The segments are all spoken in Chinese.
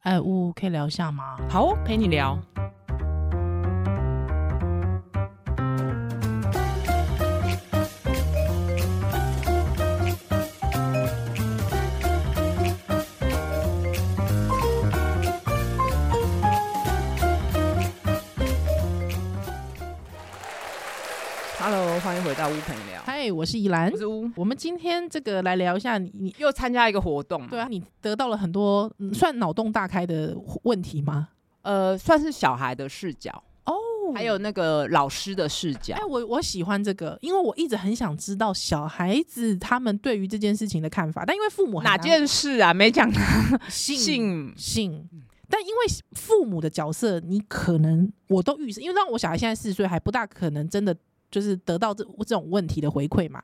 哎，呜，可以聊一下吗？好哦，陪你聊。Hello，欢迎回到屋陪你聊，嗨，我是依兰我。是屋，我们今天这个来聊一下你，你又参加一个活动嘛，对啊，你得到了很多、嗯算脑洞大开的问题吗？呃，算是小孩的视角，哦，还有那个老师的视角哎、，我我喜欢这个，因为我一直很想知道小孩子他们对于这件事情的看法，但因为父母很哪难件事啊？没讲性性性，嗯但因为父母的角色，你可能我都预示，因为让我小孩现在四岁，还不大可能真的就是得到这这种问题的回馈嘛。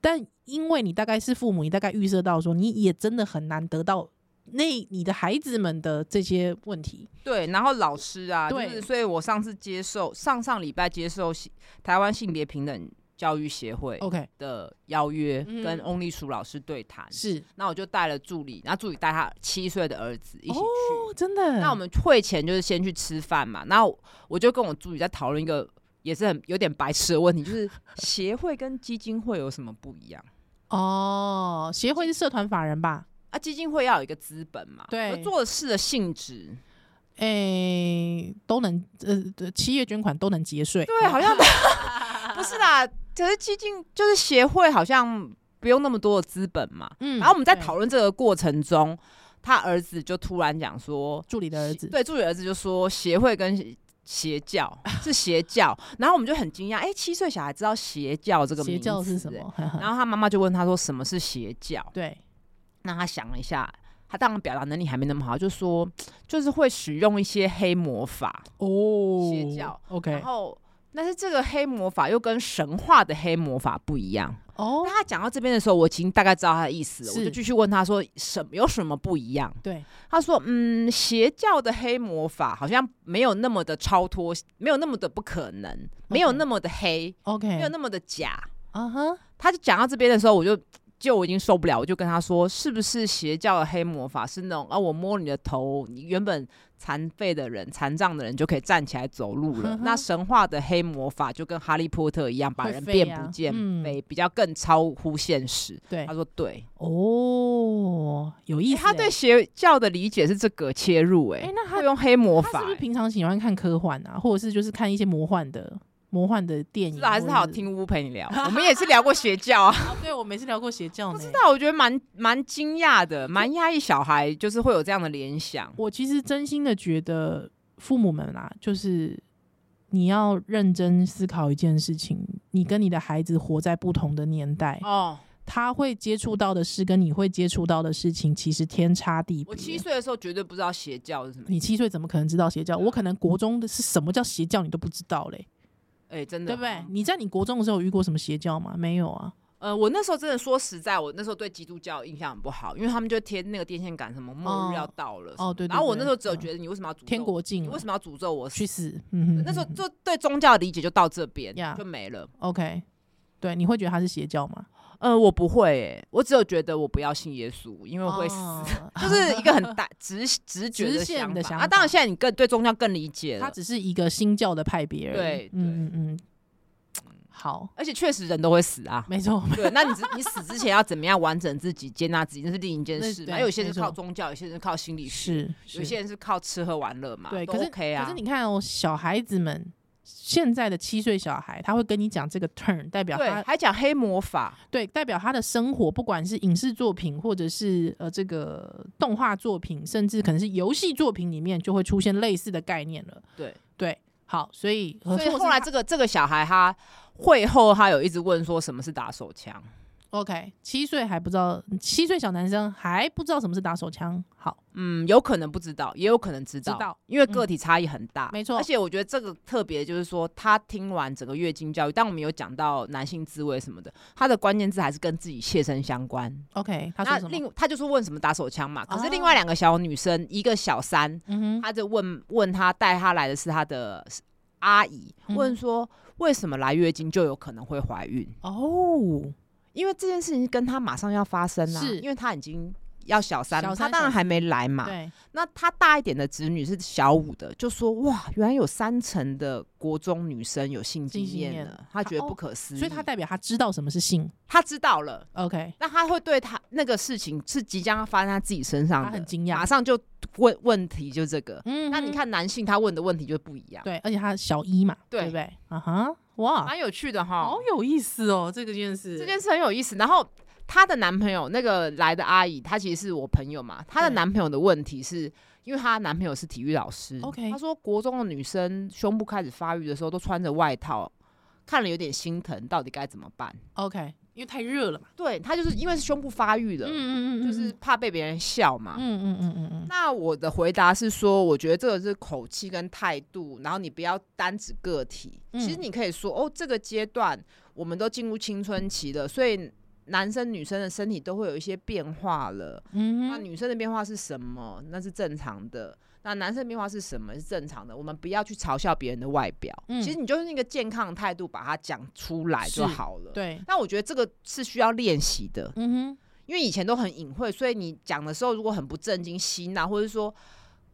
但因为你大概是父母，你大概预设到说，你也真的很难得到那你的孩子们的这些问题。对，然后老师啊，就对是所以我上次接受上上礼拜接受性台湾性别平等教育协会 OK，的邀约，哦嗯跟翁立淑老师对谈，是那我就带了助理，然后助理带他七岁的儿子一起去。哦，真的。那我们会前就是先去吃饭嘛，然后我就跟我助理在讨论一个也是很有点白痴的问题，就是 协会跟基金会有什么不一样？哦，协会是社团法人吧？啊，基金会要有一个资本嘛，对而做事的性质，诶、都能呃，对企业捐款都能节税。对，好 啊像不是啦，可是基金就是协会好像不用那么多的资本嘛。嗯然后我们在对讨论这个过程中，他儿子就突然讲说，助理的儿子，对，助理儿子就说协会跟邪邪教是邪教，然后我们就很惊讶，哎、七岁小孩知道邪教这个邪名教是词什欸？么？然然后他妈妈就问他说什么是邪教， 对，那他想了一下。他当然表达能力还没那么好，就说就是会使用一些黑魔法，哦邪教然，OK，后，但是这个黑魔法又跟神话的黑魔法不一样。哦那，他讲到这边的时候，我已经大概知道他的意思了，是我就继续问他说什么有什么不一样？对，他说，嗯，邪教的黑魔法好像没有那么的超脱，没有那么的不可能，没有那么的黑， OK，没有那么的假。啊哈，他就讲到这边的时候，我就。就我已经受不了，我就跟他说，是不是邪教的黑魔法是那种啊，我摸你的头，你原本残废的人、残障的人就可以站起来走路了。 嗯哼那神话的黑魔法就跟哈利波特一样，把会人飞变啊不见嗯飞，比较更超乎现实。对他，说对，哦，有意欸思欸。他对邪教的理解是这个切入、欸，哎，那他他用黑魔他法、是不是欸。平常喜欢看科幻啊，或者是就是看一些魔幻的魔幻的电不影？知道还是他有或者？听屋陪你聊， 我们也是聊过邪教 啊。啊对，我每次聊过邪教不呢知。道，我觉得蛮蛮惊讶的，蛮压抑小孩就是会有这样的联想。我其实真心的觉得父母们啊，就是你要认真思考一件事情，你跟你的孩子活在不同的年代，哦，他会接触到的事跟你会接触到的事情其实天差地别。我七岁的时候绝对不知道邪教是什么，你七岁怎么可能知道邪教？我可能嗯国中的是什么叫邪教，你都不知道嘞，哎、真的，对不对？？你在你国中的时候有遇过什么邪教吗？没有啊。呃，我那时候真的说实在，我那时候对基督教印象很不好，因为他们就贴那个电线杆，什么末日要到了哦，对对然后我那时候只有得觉得你为什么要诅咒天我，国你境啊为什么要诅咒我去死？死，嗯哼，那时候就对宗教的理解就到这边呀就没了。 OK，对，你会觉得他是邪教吗？呃，我不会、欸，我只有觉得我不要信耶稣，因为我会死。哦就是一个很 大直直觉直的线想的法想啊，当法然现在你更对宗教更理解他了，只是一个新教的派别而已。对嗯嗯嗯，好，而且确实人都会死啊，没错， 对，那你只你死之前要怎么样完整自己、接纳自己，那是另一件那事对嘛。有些人没是错靠宗教，有些人是靠心理学，是有些人是靠吃喝玩乐嘛。对，都可是 OK 啊。可是你看哦，小孩子们现在的七岁小孩，他会跟你讲这个 turn，代表对他还讲黑 魔法，对代表他的生活，不管是影视作品，或者是呃这个动画作品，甚至可能是游戏作品里面，就会出现类似的概念了。对，对，好，所以所所以后来这个这个小孩他会后他有一直问说什么是打手枪， OK，七岁还不知道，七岁小男生还不知道什么是打手枪。好，嗯，有可能不知道，也有可能知道，知道嗯因为个体差异很大，没错而且我觉得这个特别就是说，他听完整个月经教育，但我们有讲到男性自慰什么的，他的关键字还是跟自己切身相关。 ，OK，他那说什么？另他就是问什么打手枪嘛，可是哦另外两个小女生，一个小三，嗯哼，她就问问她带她来的是她的阿姨，嗯问说为什么来月经就有可能会怀孕？哦，因为这件事情跟她马上要发生啊，是因为她已经要小三，小他三当然还没来嘛。对，那他大一点的子女是小五的，就说哇，原来有三成的国中女生有性经性经验验了，他觉得哦不可思议。所以他代表他知道什么是性他知道了， ，OK，那他会对他那个事情是即将要发生在自己身上他的，很惊马讶，上就问问题就这个。嗯那你哼，看男性他问的问题就不一样，对，而且他小一嘛，对对不对？啊哈，哇，蛮有趣的哈。好有意思哦，这个件事，这件事很有意思。然后她的男朋友那个来的阿姨，她其实是我朋友嘛。她的对男朋友的问题是因为她男朋友是体育老师 OK 她说国中的女生胸部开始发育的时候都穿着外套，看了有点心疼，到底该怎么办？ OK，因为太热了嘛，对她就是因为是胸部发育了，嗯就是怕被别人笑嘛。嗯嗯嗯嗯嗯，那我的回答是说，我觉得这个是口气跟态度，然后你不要单指个体。嗯其实你可以说，哦，这个阶段我们都进入青春期了，所以男生女生的身体都会有一些变化了。嗯那哼女生的变化是什么？那是正常的。那男生的变化是什么？是正常的。我们不要去嘲笑别人的外表，嗯其实你就是那个健康的态度，把它讲出来就是好了。。对，但我觉得这个是需要练习的，嗯哼，因为以前都很隐晦，所以你讲的时候如果很不正经、洗脑，或者说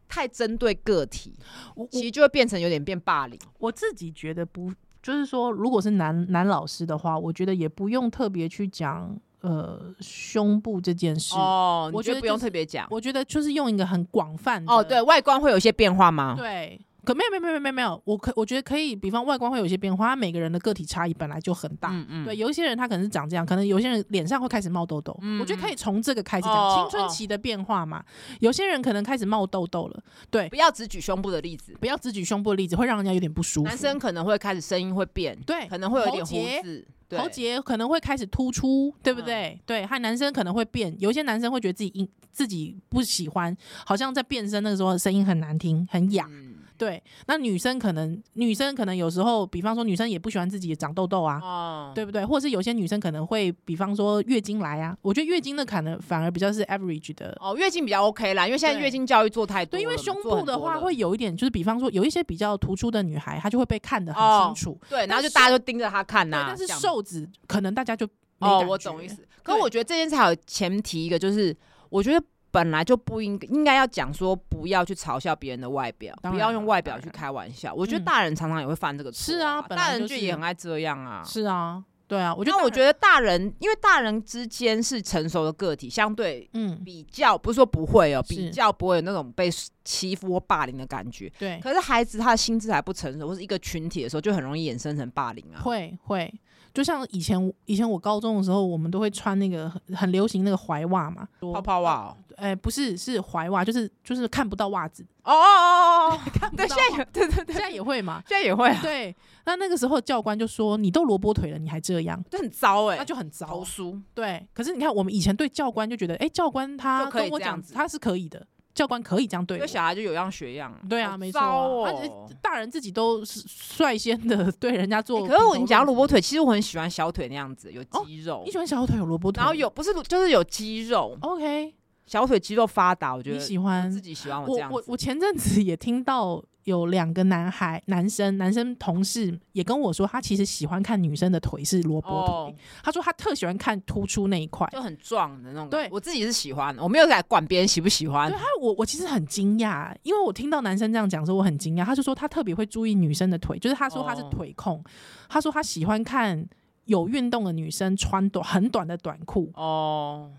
太针对个体，我其我实就会变成有点变霸凌。我自己觉得不，就是说，如果是男男老师的话，我觉得也不用特别去讲呃胸部这件事，哦我你觉觉得得不用就是特别讲。我觉得就是用一个很广泛的哦，对外观会有一些变化啊吗？对。可没有没有没有没有没有，我可我觉得可以，比方外观会有一些变化，他每个人的个体差异本来就很大，嗯嗯对，，有一些人他可能是长这样，可能有些人脸上会开始冒痘痘。嗯我觉得可以从这个开始讲，哦青春期的变化嘛。有些人可能开始冒痘痘了，对不，要只举胸部的例子，不要只举胸部的例子，会让人家有点不舒服。男生可能会开始声音会变，对可能会有一点喉结胡子，对喉结可能会开始突出，对不嗯对？对，还有男生可能会变，有一些男生会觉得自己音自己不喜欢，好像在变声那个时候声音很难听，很哑。嗯对，那女生可能女生可能有时候，比方说女生也不喜欢自己长痘痘啊，哦，对不对？或是有些女生可能会，比方说月经来啊，我觉得月经的可能反而比较是 average 的。哦，月经比较 OK 啦，因为现在对月经教育做太多对，了，因为胸做部很多的话了会有一点，就是比方说有一些比较突出的女孩，她就会被看得哦很清楚。对，然后但就是大家就盯着他看对呐，但是这样子瘦子可能大家就没哦，感我觉啊懂意。思。可对我觉得这件事还有前提一个，就是我觉得本来就不应应该要讲说不要去嘲笑别人的外表，当不然要了用外当表去然开玩笑。我觉得嗯大人常常也会犯这个错、是啊本大来人就就也是很爱这样啊。是啊，对啊，我觉得那我当觉得大人，因为大人之间是成熟的个体，相对然嗯，比较不是说不会哦，比是较不会有那种被欺负或霸凌的感觉。对，可是孩子他的心智还不成熟，或是一个群体的时候，就很容易衍生成霸凌啊。会会，就像以前以前我高中的时候，我们都会穿那个很很流行那个踝袜嘛，泡泡袜哦，哎，不是是踝袜，就是就是看不到袜子，哦哦哦 哦哦，看不对，到现在袜有，对对对，现在也会嘛，现在也会啊，对，那那个时候教官就说：“你都萝卜腿了，你还这样，这很糟哎、那就很糟投。诉”对，可是你看，我们以前对教官就觉得，哎、教官他就可以跟我这样讲，子他是可以的，教官可以这样对因我。为小孩就有样学样，对啊，好没错、糟啊，而且哦。大人自己都是率先的对人家做欸评头论足、可是我你讲到萝卜腿，其实我很喜欢小腿那样子，有哦肌肉，你喜欢小腿有萝卜腿，然后有不是就是有肌肉， OK，小腿肌肉发达，我觉你得喜欢我自己喜欢我我这样我子。我前阵子也听到有两个男孩男生男生同事也跟我说，他其实喜欢看女生的腿是萝卜腿，哦，他说他特喜欢看突出那一块。就很壮的那种。对我自己是喜欢，我没有在管别人喜不喜欢对。他，我我其实很惊讶，因为我听到男生这样讲的时候，我很惊讶。他就说他特别会注意女生的腿，就是他说他是哦腿控，他说他喜欢看有运动的女生穿短很短的短裤。哦，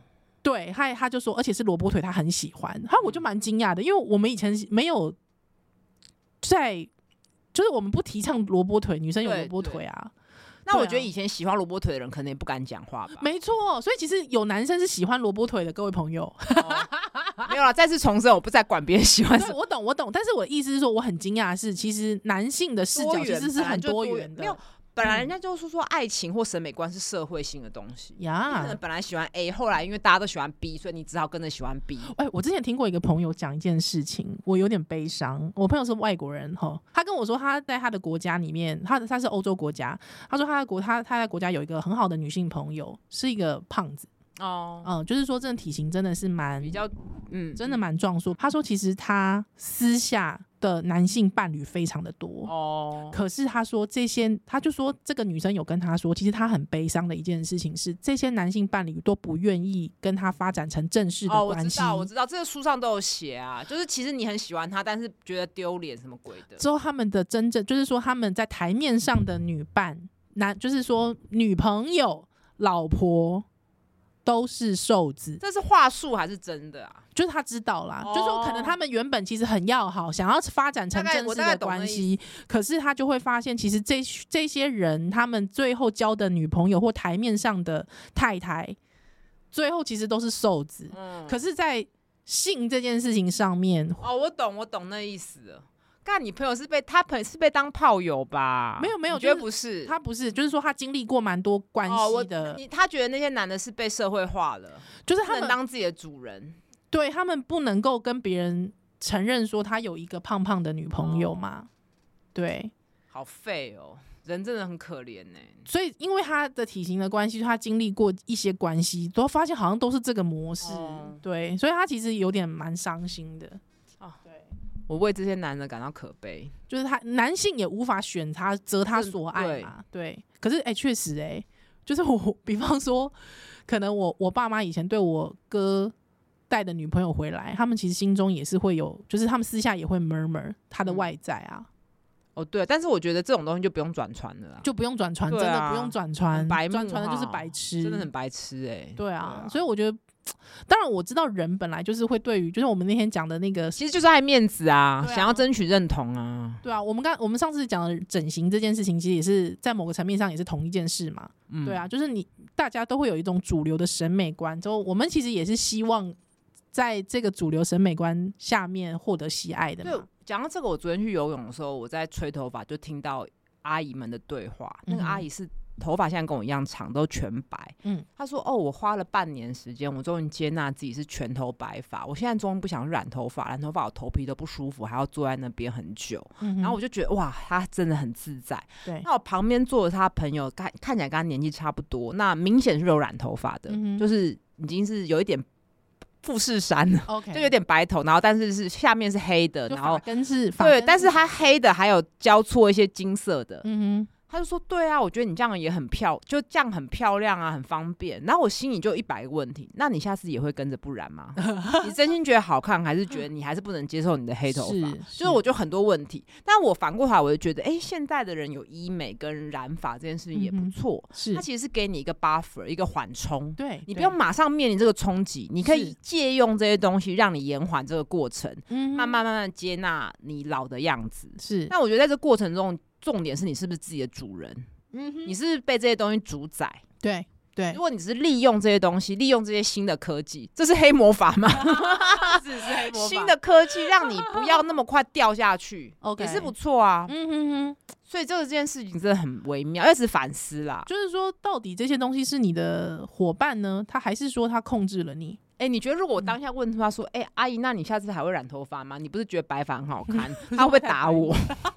对，他他就说，而且是萝卜腿，他很喜欢。他嗯我就蛮惊讶的，因为我们以前没有在，就是我们不提倡萝卜腿，女生有对萝卜腿啊，那我对啊觉得以前喜欢萝卜腿的人，可能也不敢讲话吧。没错。所以其实有男生是喜欢萝卜腿的，各位朋友。哦没有啦，再次重申，我不在管别人喜欢什 对，我懂，我懂。但是我的意思是说，我很惊讶的是，其实男性的视多角其元实是本来很就多元元的。没有本来嗯人家就是说爱情或审美观是社会性的东西。你可能呀，本来喜欢 A，后来因为大家都喜欢 B，所以你只好跟着喜欢 B。哎、我之前听过一个朋友讲一件事情，我有点悲伤。我朋友是外国人哈，他跟我说他在他的国家里面，他他是欧洲国家，他说他的国他他在国家有一个很好的女性朋友，是一个胖子，哦，嗯、就是说真的体型真的是蛮比较嗯，真的蛮壮硕。他说其实他私下的男性伴侣非常的多。哦，可是他说这些，他就说这个女生有跟他说，其实他很悲伤的一件事情是，这些男性伴侣都不愿意跟他发展成正式哦，的我关知系。道，我知道，这个书上都有写啊，就是其实你很喜欢他，但是觉得丢脸什么鬼的。之后他们的真正就是说他们在台面上的女伴男，就是说女朋友、老婆都是瘦子，这是话术还是真的啊？就是他知道啦，哦就是说可能他们原本其实很要好，想要发展成大概正我式大概的懂那关意系，可是他就会发现，其实这这些人他们最后交的女朋友或台面上的太太，最后其实都是瘦子。嗯，可是，在性这件事情上面，哦，我懂，我懂那意思了。干，你朋友是被他朋友是被当炮友吧？没有没有你觉得就是不是他不是，就是说他经历过蛮多关哦，我系的，你他觉得那些男的是被社会化了，就是不他能们当自己的主人。对他们不能够跟别人承认说他有一个胖胖的女朋哦友嘛，对。好废哦，人真的很可怜呢、所以因为他的体型的关系，他经历过一些关系，都发现好像都是这个模式，哦对，所以他其实有点蛮伤心的。啊对，我为这些男的感到可悲。就是他男性也无法选他择他是所爱嘛，对。可是哎，确、实哎、就是我，比方说，可能我我爸妈以前对我哥。带的女朋友回来，他们其实心中也是会有，就是他们私下也会 murmur 他的嗯外在啊，哦，对，但是我觉得这种东西就不用转传了啦，就不用转传，对真的啊不用转传，很白目转传的就是哈白痴，真的很白痴哎、对啊，所以我觉得，当然我知道人本来就是会对于，就是我们那天讲的那个，其实就是爱面子啊，对啊想要争取认同啊。对啊，我们刚我们上次讲的整形这件事情，其实也是在某个层面上也是同一件事嘛。嗯，对啊，就是你大家都会有一种主流的审美观，之后我们其实也是希望在这个主流审美观下面获得喜爱的对嘛。，讲到这个，我昨天去游泳的时候，我在吹头发，就听到阿姨们的对话。那嗯个哼阿姨是头发现在跟我一样长，都全白。嗯，她说：“哦，我花了半年时间，我终于接纳自己是全头白发。我现在终于不想染头发，染头发我头皮都不舒服，还要坐在那边很久。然然后我就就啊觉得哇，她真的很自在。嗯对，那我旁边坐的她朋友，看看起来跟她年纪差不多，那明显是有染头发的，嗯哼就是已经是有一点富士山了。” OK， 就有点白头，然后但是是下面是黑的，就然发后根是发对，根但是它黑的还有交错一些金色的。嗯他就说：“对啊，我觉得你这样也很漂，就这样很漂亮啊，很方便。”然后我心里就有一百个问题：那你下次也会跟着不 染吗？你真心觉得好看，还是觉得你还是不能接受你的黑头发？是就是我就很多问题。但我反过来，我就觉得，哎、现在的人有医美跟染发这件事情也嗯不哼错，哼是它，其实是给你一个 buffer，一个缓冲。对你不用，马上面临这个冲击，你可以是借用这些东西，让你延缓这个过程，对嗯哼慢慢慢慢接纳你老的样子。是，那我觉得在这过程中，重点是你是不是自己的主人，嗯哼你是不是被这些东西主宰。对对如果你只是利用这些东西，利用这些新的科技，这是黑魔法吗？是是 黑新的科技让你不要那么快掉下去 OK 也是不错啊。嗯哼哼。所以这个这件事情真的很微妙，要一直反思啦。就是说，到底这些东西是你的伙伴呢，他还是说他控制了你？哎、你觉得如嗯果我当下问他说：“哎、阿姨，那你下次还会染头发吗？”你不是觉得白发很好 看，他会不会打我？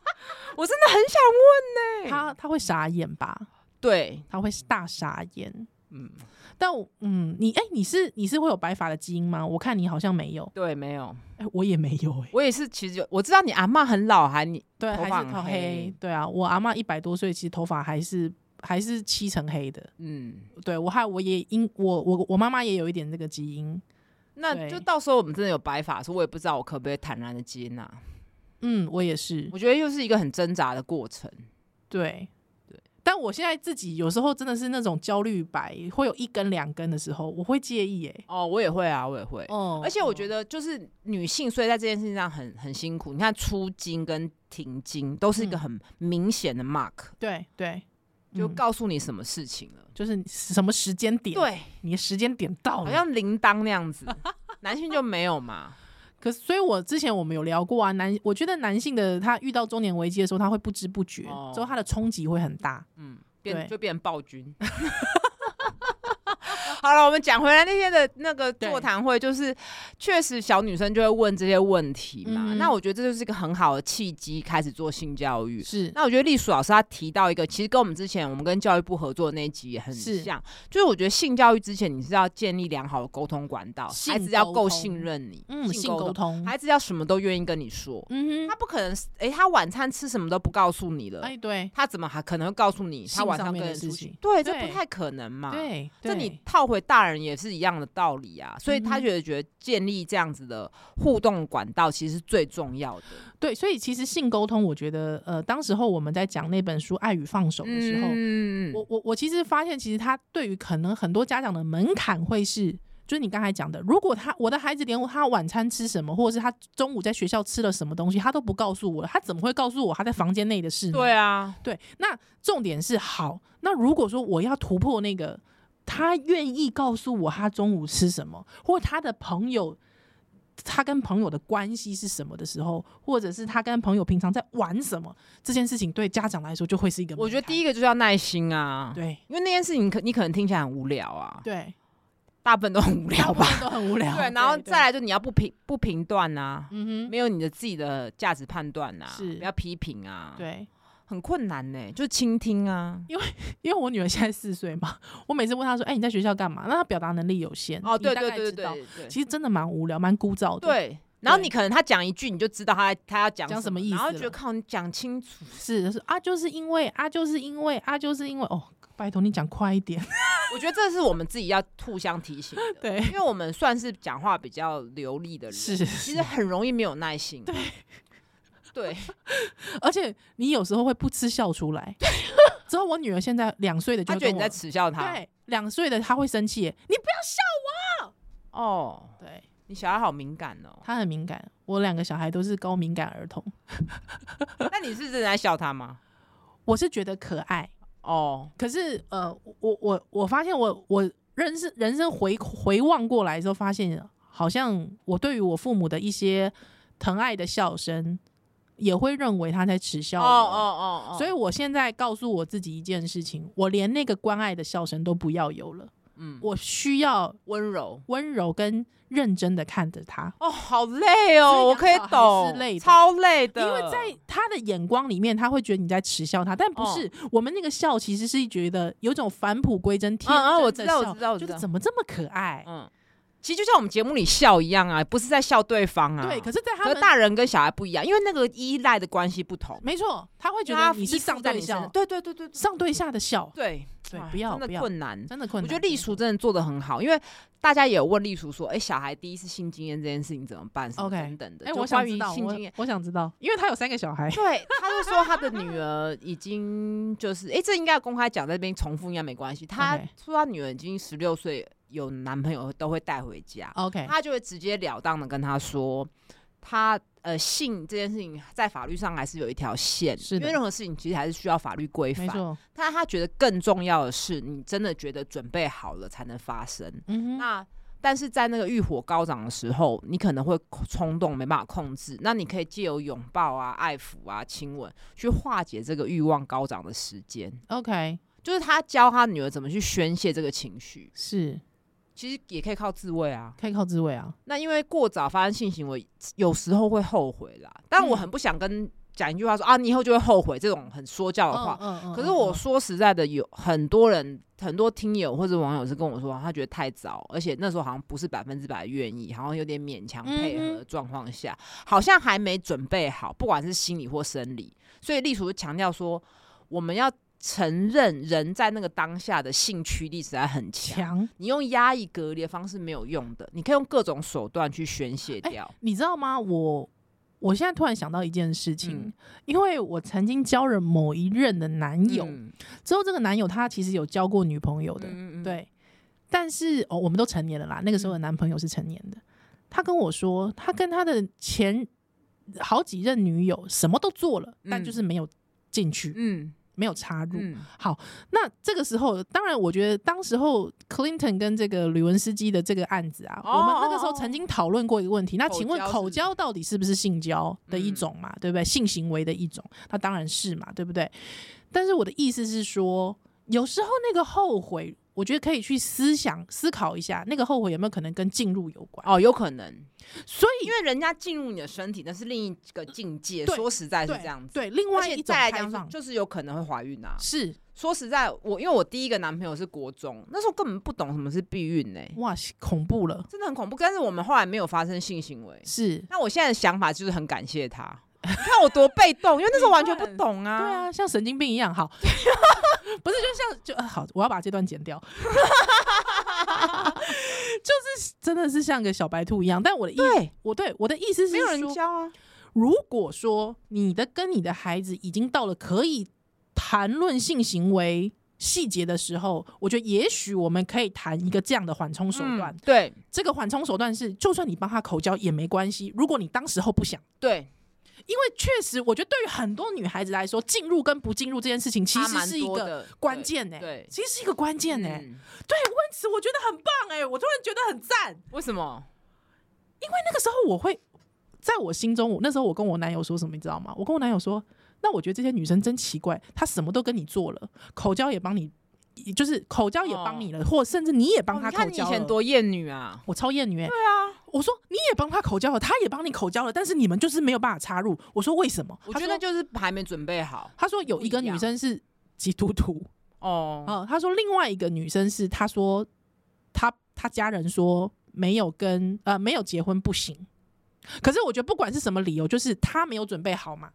我真的很想问呢、他他会傻眼吧？对，他会大傻眼。嗯，但我嗯，你哎、你是你是会有白发的基因吗？我看你好像没有，对，没有，哎、我也没有、哎，我也是。其实我知道你阿嬷很老，还你对，头还发是靠很黑黑。对啊，我阿妈一百多岁，其实头发还是还是七成黑的。嗯，对我还我也因我我我妈妈也有一点这个基因。那对就到时候我们真的有白发的时候，我也不知道我可不可以坦然的接纳。嗯，我也是。我觉得又是一个很挣扎的过程。对对，但我现在自己有时候真的是那种焦虑白，会有一根两根的时候，我会介意、哎。哦，我也会啊，我也会。哦而且我觉得，得，就是女性，所以在这件事情上很很辛苦。你看出经跟停经都是一个嗯很明显的 mark，、对对，就嗯告诉你什么事情了。就是你什么时间点，，对，你的时间点到了。好像铃铛那样子，男性就没有嘛。可是，所以我之前我们有聊过啊，男，我觉得男性的他遇到中年危机的时候，他会不知不觉，哦之嗯后他的冲击会很大。嗯，变对就变暴君。 好了，我们讲回来那天的那个对座谈会，就是确实小女生就会问这些问题嘛。嗯那我觉得这就是一个很好的契机，开始做性教育。是那我觉得栗鼠老师他提到一个，其实跟我们之前我们跟教育部合作的那一集也很是像，就是我觉得性教育之前你是要建立良好的沟通管道，性孩子要沟够通信任你，嗯，性沟沟通，孩子要什么都愿意跟你说，嗯他不可能是，诶，他晚餐吃什么都不告诉你了哼，，哎，对他怎么还可能会告诉你他性晚上上面跟的人事出情去？对，这对不太可能嘛。，对，啊这对你套回大人也是一样的道理啊。所以嗯他哼觉得觉得建立这样子的互动管道其实是最重要的。对，所以其实性沟通，我觉得呃，当时候我们在讲那本书《爱与放手》的时候，嗯我我我其实发现，其实他对于可能很多家长的门槛会是。就是你刚才讲的，如果他我的孩子连他晚餐吃什么，或者是他中午在学校吃了什么东西，他都不告诉我，他怎么会告诉我他在房间内的事呢？对啊，对，那重点是好。那如果说我要突破那个，他愿意告诉我他中午吃什么，或他的朋友，他跟朋友的关系是什么的时候，或者是他跟朋友平常在玩什么，这件事情对家长来说就会是一个门槛。我觉得第一一个就是要耐心啊。对因为那件事情可你可能听起来很无聊啊，对，大部分都很无聊大部吧？分都很无聊。对，然后 对再，来就你要不评不评断啊，嗯哼，没有你的自己的价值判断啊，是不要批评啊，，对，很困难呢、就倾听啊，因为我女儿现在四岁嘛， 我每次问她说：“哎、你在学校干嘛？”那她表达能力有限，哦，你对大对概对知对道对对其实真的蛮无聊、蛮枯燥的。对。然后对你可能他讲一句，你就知道他他要讲讲什么意然思后觉得了靠你讲清楚，是是啊，就是因为啊，就是因为啊，就是因为哦，拜托你讲快一点。 我觉得这是我们自己要互相提醒的，对因为我们算是讲话比较流利的人，是其实很容易没有耐心，对对， 而且你有时候会不吃笑出 来。之后我女儿现在两岁的就他会觉得跟我你在耻笑他，对两岁的她会生气耶，你不哦，要对你小孩好敏感哦， 她很敏感。我两个小孩都是高敏感儿童，那你是真的在笑他吗？我是觉得可爱，哦，可是呃，我我我发现我我认识人生回回望过来之后，发现好像我对于我父母的一些疼爱的笑声，也会认为他在耻哦笑我。哦哦哦，所以我现在告诉我自己一件事情：我连那个关爱的笑声都不要有了，嗯，我需要温柔温柔跟认真的看着他，哦，好累哦，所以我养可以小孩是懂，累的超累因的，为在他的眼光里面，他会觉得你在耻笑他，但不是。哦我们那个笑其实是觉得有种返璞归真、天嗯我真的知道我笑知道我知就是道怎么这么可爱？嗯，其实就像我们节目里笑一样啊，不是在笑对方啊，对，可是是，在他可们是大人跟小孩不一样，因为那个依赖的关系不同，没错，他会觉因为他得你是依附上在你对身下上，对对对对对上对下的笑，对对哎，不要真不的要困难。真的困我难。觉得栗鼠真的做的很好，因为大家也有问栗鼠说：“哎、小孩第一次性经验这件事情怎么办？什么 OK 等等的。哎、就我想关知于道，性我经验，我想知道，因为他有三个小孩，对，他就说他的女儿已经就是，哎、这应该要公开讲，在这边重复应该没关系。他 OK 说他女儿已经十六岁，有男朋友都会带回家。 OK，他就会直截了当的跟他说，他呃性这件事情在法律上还是有一条线，是的因为任何事情其实还是需要法律规没范。错，但他觉得更重要的是，你真的觉得准备好了才能发生。嗯哼，那但是在那个欲火高涨的时候，你可能会冲动，没办法控制。那你可以借由拥抱啊、爱抚啊、亲吻，去化解这个欲望高涨的时间。 OK 就是他教他女儿怎么去宣泄这个情绪，是其实也可以靠自慰啊。可以靠自慰啊。那因为过早发生性行为，有时候会后悔啦。但我嗯很不想跟讲一句话说啊，你以后就会后悔这种很说教的话。嗯嗯可是我嗯说实在的，有很多人、很多听友或者网友是跟我说，他觉得太早，而且那时候好像不是百分之百愿意，好像有点勉强配嗯合哼的状况下，好像还没准备好，不管是心理或生理。所以立叔就强调说，我们要承认人在那个当下的性驱力实在很强。强，你用压抑隔离的方式没有用的，你可以用各种手段去宣泄掉。你知道吗？我我现在突然想到一件事情，嗯因为我曾经交了某一任的男友，嗯之后这个男友他其实有交过女朋友的，嗯嗯，对，但是哦，我们都成年了啦，那个时候的男朋友是成年的，他跟我说，他跟他的前好几任女友什么都做了，但嗯就是没有进去，嗯没有插入。嗯好，那这个时候，当然，我觉得当时候 Clinton 跟这个吕文斯基的这个案子啊，哦我们那个时哦候哦曾经讨论过一个问题。那口请问交是口交到底是不是性交的一种嘛？对不对？性行为的一种，那当然是嘛，对不对？但是我的意思是说，有时候那个后悔，我觉得可以去思想思考一下，那个后悔有没有可能跟进入有关？哦，有可能，所以因为人家进入你的身体，那是另一个境界。对说实在是对这样子，对，另而外且一种再来开讲放就是有可能会怀孕啊。是说实在，我因为我第一个男朋友是国中，那时候根本不懂什么是避孕呢、哇，恐怖了，真的很恐怖。但是我们后来没有发生性行为，是。那我现在的想法就是很感谢他。你看我多被动，因为那时候完全不懂啊。 对啊，像神经病一 样，好，不是就像就、呃、好，我要把这段剪掉， 就是真的是像个小白兔一样。但我的意，对，我对我的意思是没有人说，教啊。如果说你的跟你的孩子已经到了可以谈论性行为细节的时候，我觉得也许我们可以谈一个这样的缓冲手段。嗯对这个缓冲手段是，就算你帮他口交也没关系，如果你当时候不想。对，因为确实，我觉得对于很多女孩子来说，进入跟不进入这件事情，其差实蛮是一多个的关键呢、对对其实是一个关键呢、欸。嗯对，温慈，我觉得很棒哎、我突然觉得很赞。为什么？那个时候我会，在我心中，我那时候我跟我男友说什么，你知道吗？我跟我男友说，那我觉得这些女生真奇怪，她什么都跟你做了，口交也帮你，就是口交也帮你了，或甚至你也帮哦她你口看你以交了。前多厌女啊！我超厌 女、欸，对啊，我说你也帮她口交了，她也帮你口交了，但是你们就是没有办法插入。我说为什么？我他觉说得就是还没准备好他说有一个不一样女生是基督徒，哦。哦，他说另外一个女生是他说他他家人说没有跟呃没有结婚不行，可是我觉得不管是什么理由，就是他没有准备好嘛。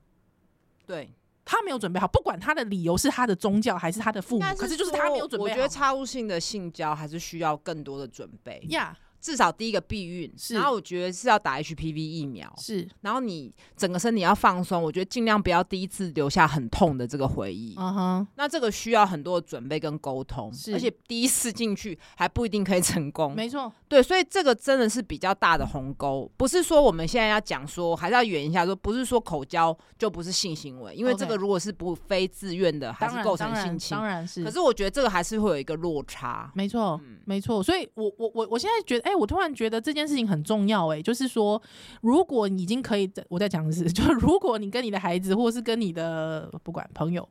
对，他没有准备好，不管他的理由是他的宗教还是他的父母，但可是就是他没有准备我好觉得插入性的性交还是需要更多的准备，呀至少第一个避孕，是然后我觉得是要打 HPV 疫苗，是然后你整个身体要放松，我觉得尽量不要第一次留下很痛的这个回忆。嗯哼那这个需要很多的准备跟沟通是，而且第一次进去还不一定可以成功。没错，对，所以这个真的是比较大的嗯鸿沟，不是说我们现在要讲说，还是要圆一下说，不是说口交就不是性行为，因为 OK 这个如果是不非自愿的，还当是然构当成然性侵当。然是，可是我觉得这个还是会有一个落差。没错，嗯没错，所以我我我我现在觉得，哎、我突然觉得这件事情很重要、哎，就是说，如果你已经可以，我在讲的是， 就是如果你跟你的孩子，或是跟你的不管朋友，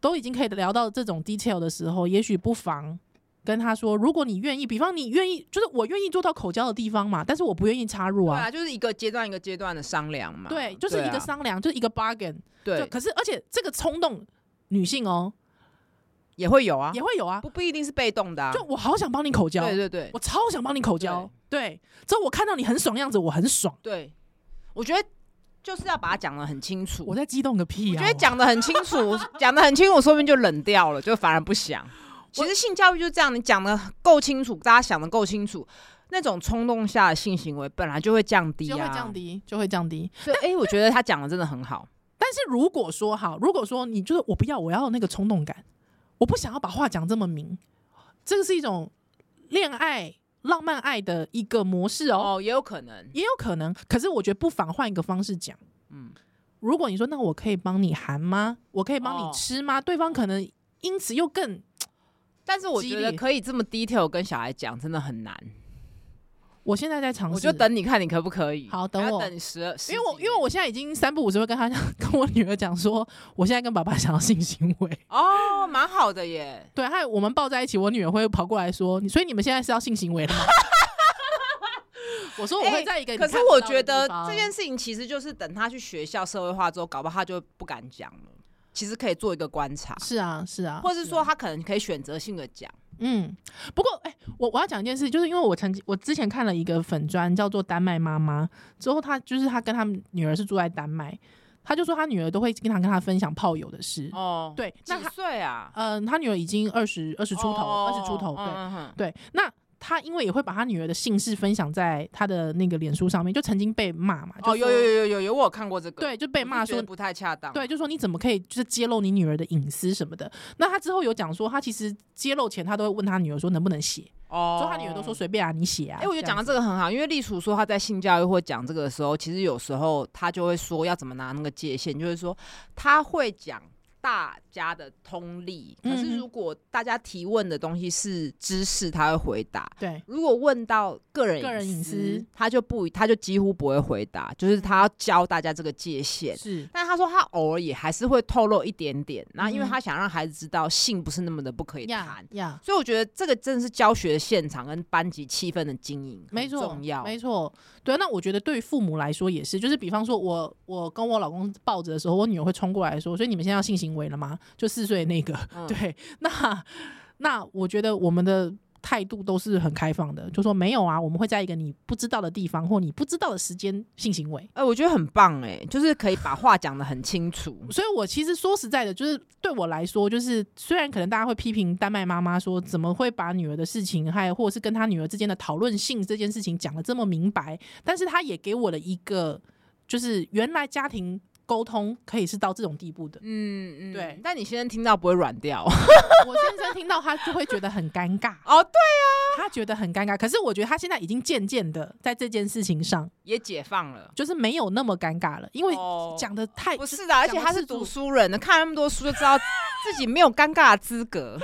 都已经可以聊到这种 detail 的时候，也许不妨跟他说，如果你愿意，比方你愿意，就是我愿意做到口交的地方嘛，但是我不愿意插入对啊，啊，就是一个阶段一个阶段的商量嘛。对，就是一个啊商量，就是一个 bargain，就对，可是而且这个冲动，女性哦、也会有啊，也会有啊，不不一定是被动的啊。就我好想帮你口交，对对对我超想帮你口交，对，之后我看到你很爽样子，我很爽，对，我觉得就是要把它讲的很清楚。我在激动个屁我啊！觉得讲的很清楚， 讲的很清楚，说不定就冷掉了，就反而不想。其实性教育就是这样，你讲的够清楚，大家想的够清楚，那种冲动下的性行为本来就会降低、啊，就会降。低，就会降低。所以，哎、我觉得他讲的真的很好。但是如果说好，如果说你就是我不要，我要那个冲动感，我不想要把话讲这么明，这个是一种恋爱浪漫爱的一个模式哦，哦，也有可能，也有可能。可是我觉得不妨换一个方式讲。嗯，如果你说那我可以帮你含吗？我可以帮哦你吃吗？对方可能因此又更但是我觉激得励可以这么 detail 跟小孩讲，真的很难。我现在在尝试，我就等你看你可不可以。好等还要我等十二，十因为我几因为我现在已经三不五时会跟他 跟我女儿讲说，我现在跟爸爸想要性行为。年哦，蛮好的耶。 对，还有我们抱在一起，我女儿会跑过来说，你所以你们现在是要性行 为了吗？我哎说我会在一个你可看是不到的我地方、觉得这件事情其实就是等他去学校社会化之后，搞不好他就不敢讲了。其实可以做一个观察，是啊是啊，或是啊说他可能可以选择性的讲，嗯，不过哎、我我要讲一件事，就是因为我曾经我之前看了一个粉砖叫做丹麦妈妈，之后她就是她跟她女儿是住在丹麦，她就说她女儿都会经常跟她分享炮友的事。哦，，对，嗯那几她岁啊？嗯、她女儿已经二十二十出头，哦二十、出头，对。对，对，那他因为也会把他女儿的姓氏分享在他的那个脸书上面，就曾经被骂嘛，就哦，有说有有有有有，我有看过这个，对，就被骂我是觉说得不太恰当，对，就说你怎么可以就是揭露你女儿的隐私什么的？那他之后有讲说，他其实揭露前他都会问他女儿说能不能写，哦所以他女儿都说。随便啊，你写啊。哎、我觉得讲到这这个很好，因为立楚说他在性教育或讲这个的时候，其实有时候他就会说要怎么拿那个界限，就是说他会讲大家的通力。嗯可哼是如果大家提问的东西是知识，他会回答；对，如果问到个人个人隐私他就不他就几乎不会回答，就是他要教大家这个界限。是，但他说他偶尔也还是会透露一点点，然后因为嗯他想让孩子知道性不是那么的不可以呀谈，呀，所以我觉得这个真的是教学现场跟班级气氛的经营很没错，重要。没错。对啊，那我觉得对于父母来说也是，就是比方说我我跟我老公抱着的时候，我女儿会冲过来说，所以你们现在要性行为了吗？就四岁那个，嗯对，那那我觉得我们的。态度都是很开放的，就说没有啊，我们会在一个你不知道的地方或你不知道的时间性行为。哎、我觉得很棒哎、就是可以把话讲得很清楚。。所以我其实说实在的，就是对我来说，就是虽然可能大家会批评丹麦妈妈说怎么会把女儿的事情，还有或者是跟她女儿之间的讨论性这件事情讲的这么明白，但是她也给我了一个，就是原来家庭沟通可以是到这种地步的嗯嗯对但你先生听到不会软掉我先生听到他就会觉得很尴尬，哦，对，他觉得很尴尬。可是我觉得他现在已经渐渐的在这件事情上，也解放了。就是没有那么尴尬了，因为哦哎讲的太、不是的，而且他是读书人的，看那么多书就知道自己没有尴尬的 资格。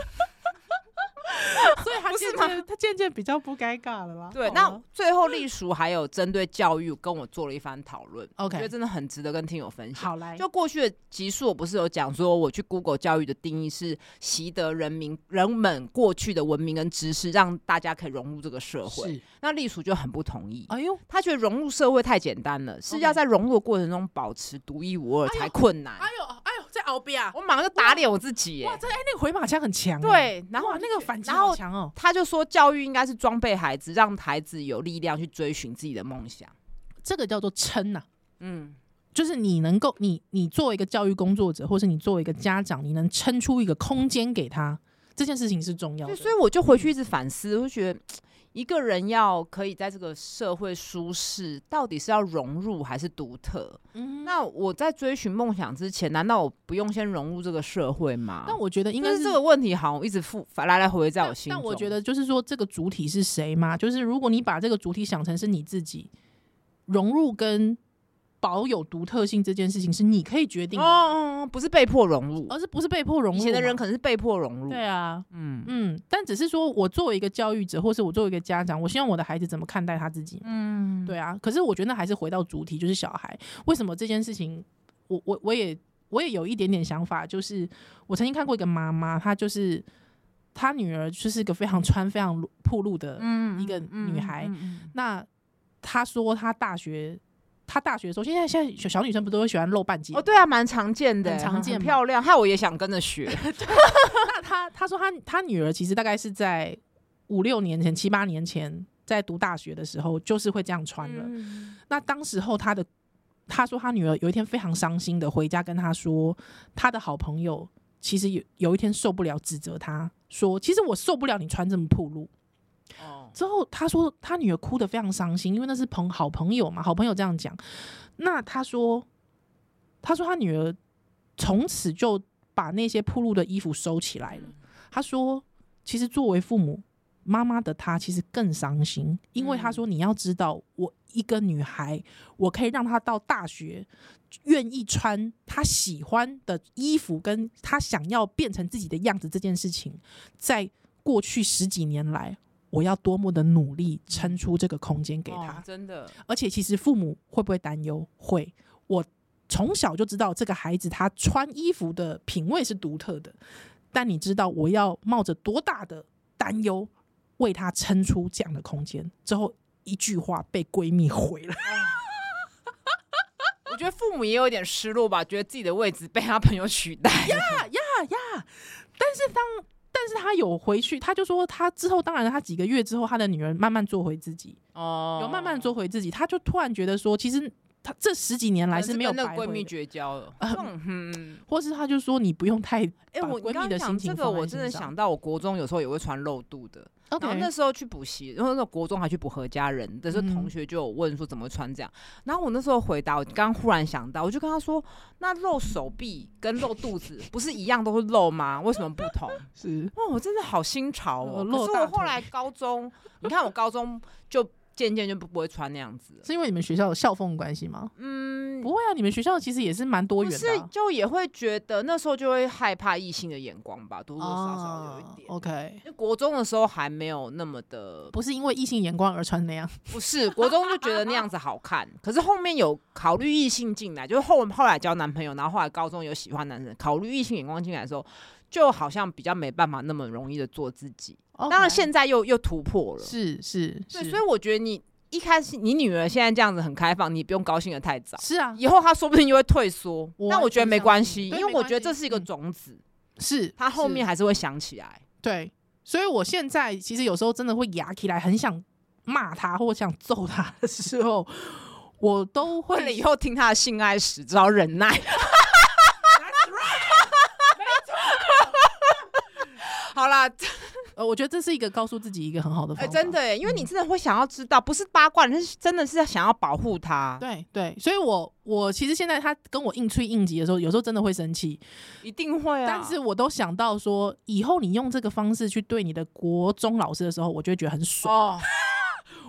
所以他不是渐渐他渐渐比较不尴尬了啦。哦对，好那吗最后立叔还有针对教育跟我做了一番讨论 OK 我觉得真的很值得跟听友分享。好来就过去的集数，我不是有讲说，我去 Google 教育的定义是习得人民人们过去的文明跟知识，让大家可以融入这个社会。是，那立叔就很不同意，哎呦，他觉得融入社会太简单了，是 OK 要在融入的过程中保持独一无二哎呦才困难。哎呦，哎呦，在熬边啊！我马上就打脸我自己耶、哇，这哎、那个回马枪很强、欸，对，然后哇，那个反击然后好强哦、他就说，教育应该是装备孩子，让孩子有力量去追寻自己的梦想。这个叫做撑呐、嗯，就是你能够，你你作为一个教育工作者，或是你作为一个家长，你能撑出一个空间给他，这件事情是重要对，的。所以我就回去一直反思，我就觉得嗯一个人要可以在这个社会舒适，到底是要融入还是独特？嗯，那我在追寻梦想之前，难道我不用先融入这个社会吗？但我觉得应应该该是是这个问题，好像一直复来来回回在我心但。但中。我觉得就是说，这个主体是谁嘛？就是如果你把这个主体想成是你自己，融入跟保有独特性这件事情是你可以决定哦的，哦，哦不是被迫融入，而是不是被迫融入嘛。以前的人可能是被迫融入。对啊，嗯嗯，但只是说我作为一个教育者，或是我作为一个家长，我希望我的孩子怎么看待他自己。嗯，对啊，可是我觉得那还是回到主题，就是小孩为什么这件事情，我我我也我也有一点点想法，就是我曾经看过一个妈妈，她就是她女儿就是个非常穿非常暴露的，嗯一个女孩嗯嗯嗯那她说她大学她大学的时候，现在现在小小女生不都会喜欢露半截哦，对啊，蛮常见的，很常见嘛漂亮，害我也想跟 着学。那啊他他说他他女儿其实大概是在五六年前、七八年前在读大学的时候，就是会这样穿了。嗯那当时候他的他说他女儿有一天非常伤心的回家跟他说，他的好朋友其实有有一天受不了指责他说，其实我受不了你穿这么暴露。 哦，之后他说他女儿哭得非常伤心，因为那是朋好朋友嘛，好朋友这样讲。那他说，他说他女儿从此就把那些铺路的衣服收起来了。他说，其实作为父母，妈妈的她其实更伤心，因为他说你要知道，我一个女孩，我可以让她到大学愿意穿她喜欢的衣服，跟她想要变成自己的样子这件事情，在过去十几年来。我要多么的努力撑出这个空间给她哦，真的，而且其实父母会不会担忧？会，我从小就知道这个孩子他穿衣服的品味是独特的，但你知道我要冒着多大的担忧为他撑出这样的空间？之后一句话被闺蜜毁了，我觉得父母也有点失落吧，觉得自己的位置被他朋友取代。 但是当。但是他有回去，他就说他之后，当然他几个月之后，他的女儿慢慢做回自己，哦有慢慢做回自己，他就突然觉得说，其实他这十几年来还是没有那白个闺蜜回的，绝交了。呃嗯嗯，或是他就说你不用太哎，把我闺你刚蜜刚的讲心这情个，放在我心真的上想到我国中有时候也会穿露肚的， OK，然后那时候去补习，然后那时候国中还去补何家人的时候，嗯同学就有问说怎么会穿这样，然后我那时候回答，我刚忽然想到，我就跟他说，那露手臂跟露肚子不是一样都是露吗？为什么不同？是哇，我真的好新潮哦！呃露可是大我腿后来高中，你看我高中就。渐渐就不不会穿那样子了。是因为你们学校有校风的关系吗？嗯，不会啊，你们学校其实也是蛮多元不的是啊、就也会觉得那时候就会害怕异性的眼光吧，多多少少有一点。 o k 因为国中的时候还没有那么的，哦不是因为异性眼光而穿那样，不是国中就觉得那样子好看，可是后面有考虑异性进来，就是后后来交男朋友，然后后来高中有喜欢男生，考虑异性眼光进来的时候，就好像比较没办法那么容易的做自己。当然 OK 现在又又突破了，是是哦对，是，所以我觉得你一开始你女儿现在这样子很开放，你不用高兴的太早。是啊，以后她说不定就会退缩，我但完我觉得全没相关信系，因对为没我关觉得这系是一个嗯种子，是她后是面还是会想起来。对，所以我现在其实有时候真的会牙起来，很想骂他或想揍他的时候，我都为了会以后听她的性爱史，只好忍耐。好啦，呃，我觉得这是一个告诉自己一个很好的方哎，法，真的耶，因为你真的会想要知道，不是八卦，你是真的是想要保护她，对对，所以我我其实现在他跟我硬吹硬挤的时候，有时候真的会生气，一定会啊。但是我都想到说，以后你用这个方式去对你的国中老师的时候，我就会觉得很爽。哦，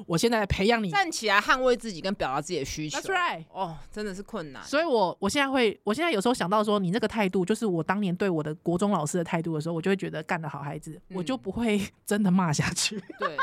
我现在培养你站起来捍卫自己跟表达自己的需求，That's right。哦，真的是困难。所以我我现在会，我现在有时候想到说，你这个态度，就是我当年对我的国中老师的态度的时候，我就会觉得干得好孩子，我就嗯不会 真的骂下去。对，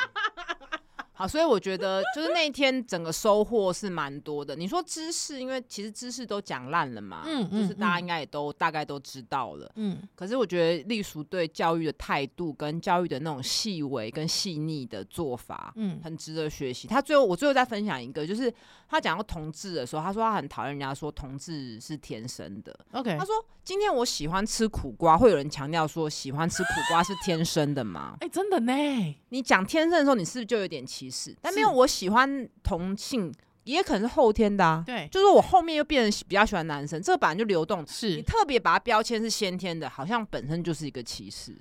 好，所以我觉得就是那一天整个收获是蛮多的。你说知识，因为其实知识都讲烂了嘛，嗯就是嗯大家嗯应该也都大概都知道了。 嗯，可是我觉得隶属对教育的态度跟教育的那种细微跟细腻的做法。嗯，很值得学习。他最后，我最后再分享一个，就是他讲到同志的时候，他说他很讨厌人家说同志是天生的。 OK，他说今天我喜欢吃苦瓜，会有人强调说喜欢吃苦瓜是天生的吗？哎、真的呢，你讲天生的时候，你是不是就有点歧视？但没有，是我喜欢同性，也可能是后天的啊。对，就是我后面又变成比较喜欢男生，这个本来就流动。你是特别把它标签是先天的，好像本身就是一个歧视。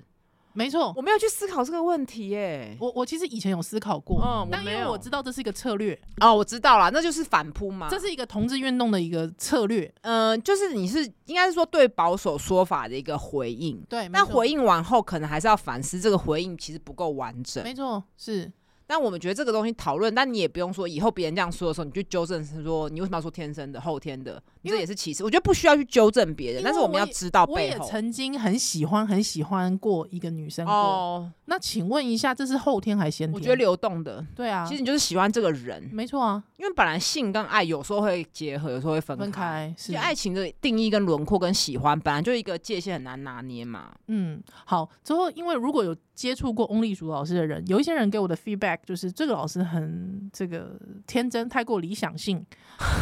没错。我没有去思考这个问题耶、我我其实以前有思考过，嗯我但因没为有我知道这是一个策略，哦，我知道了，那就是反扑嘛。这是一个同志运动的一个策略。嗯、就是你是应该是说对保守说法的一个回应。对，但没错回应完后，可能还是要反思这个回应其实不够完整。没错是但我们觉得这个东西讨论，但你也不用说以后别人这样说的时候，你就纠正是说你为什么要说天生的、后天的，你因这为也是歧视。我觉得不需要去纠正别人，因为但是我们要知道我也背后。曾经很喜欢很喜欢过一个女生过。哦，那请问一下，这是后天还是先天？我觉得流动的，对啊，其实你就是喜欢这个人，没错啊，因为本来性跟爱有时候会结合，有时候会分分开。开是就爱情的定义跟轮廓跟喜欢，本来就一个界限很难拿捏嘛。嗯，好。之后因为如果有接触过翁立竹老师的人，有一些人给我的 feedback 就是这个老师很这个天真，太过理想 性。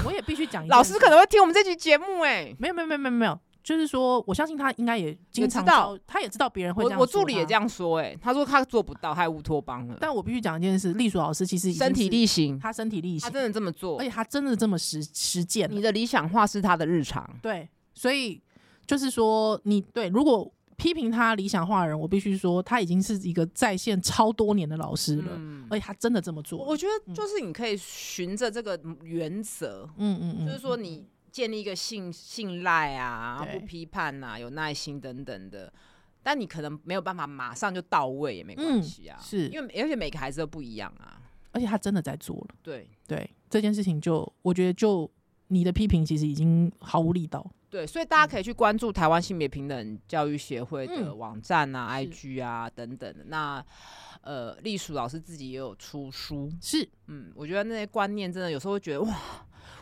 我也必须讲一件事，老师可能会听我们这期节目、哎，没有没有没有没有没有，就是说我相信他应该也经常知道遭，他也知道别人会这我样我助理也这样。样说、哎，他说他做不到，还乌托邦了，但我必须讲一件事，立竹老师其实已经身体是，力行，他身体力他行，真的这么做而。且他真的这么实实践了哎你的理想化是他的日常，对，所以就是说你，对如果批评他理想化的人，我必须说他已经是一个在线超多年的老师了，嗯而且他真的这么做我了。我觉得就是你可以循着这个原则，嗯嗯嗯，就是说你建立一个信信赖啊，对不批判啊，有耐心等等的。但你可能没有办法马上就到位，也没关嗯系啊，是因为而且每个孩子都不一样啊。而且他真的在做了。对对这件事情就，我觉得就你的批评其实已经毫无力道。对，所以大家可以去关注台湾性别平等教育协会的嗯网站啊、是 IG 啊等等的。那呃，栗鼠老师自己也有出书，是嗯，我觉得那些观念真的有时候会觉得哇，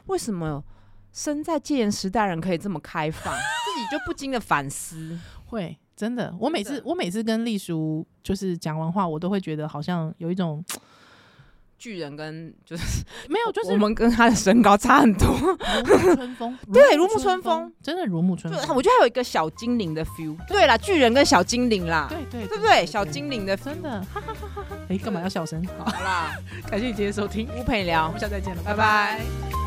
为什么生在戒严时代人可以这么开放， 自己就不禁的反思。会真的，我每次的我每次跟丽叔就是讲完话，我都会觉得好像有一种巨人跟就是没有，就是我们跟他的身高差很 多，，如沐春风 对如如沐春风，真的如沐春就风。我觉得还有一个小精灵的 feel。对啦，巨人跟小精灵啦，对对对不对？小精灵的 feel 真的，哈哈哈哈哈！哎，干嘛要笑声？好， 好啦，感谢你今天收听，吴佩我聊们，下次再见了，拜拜。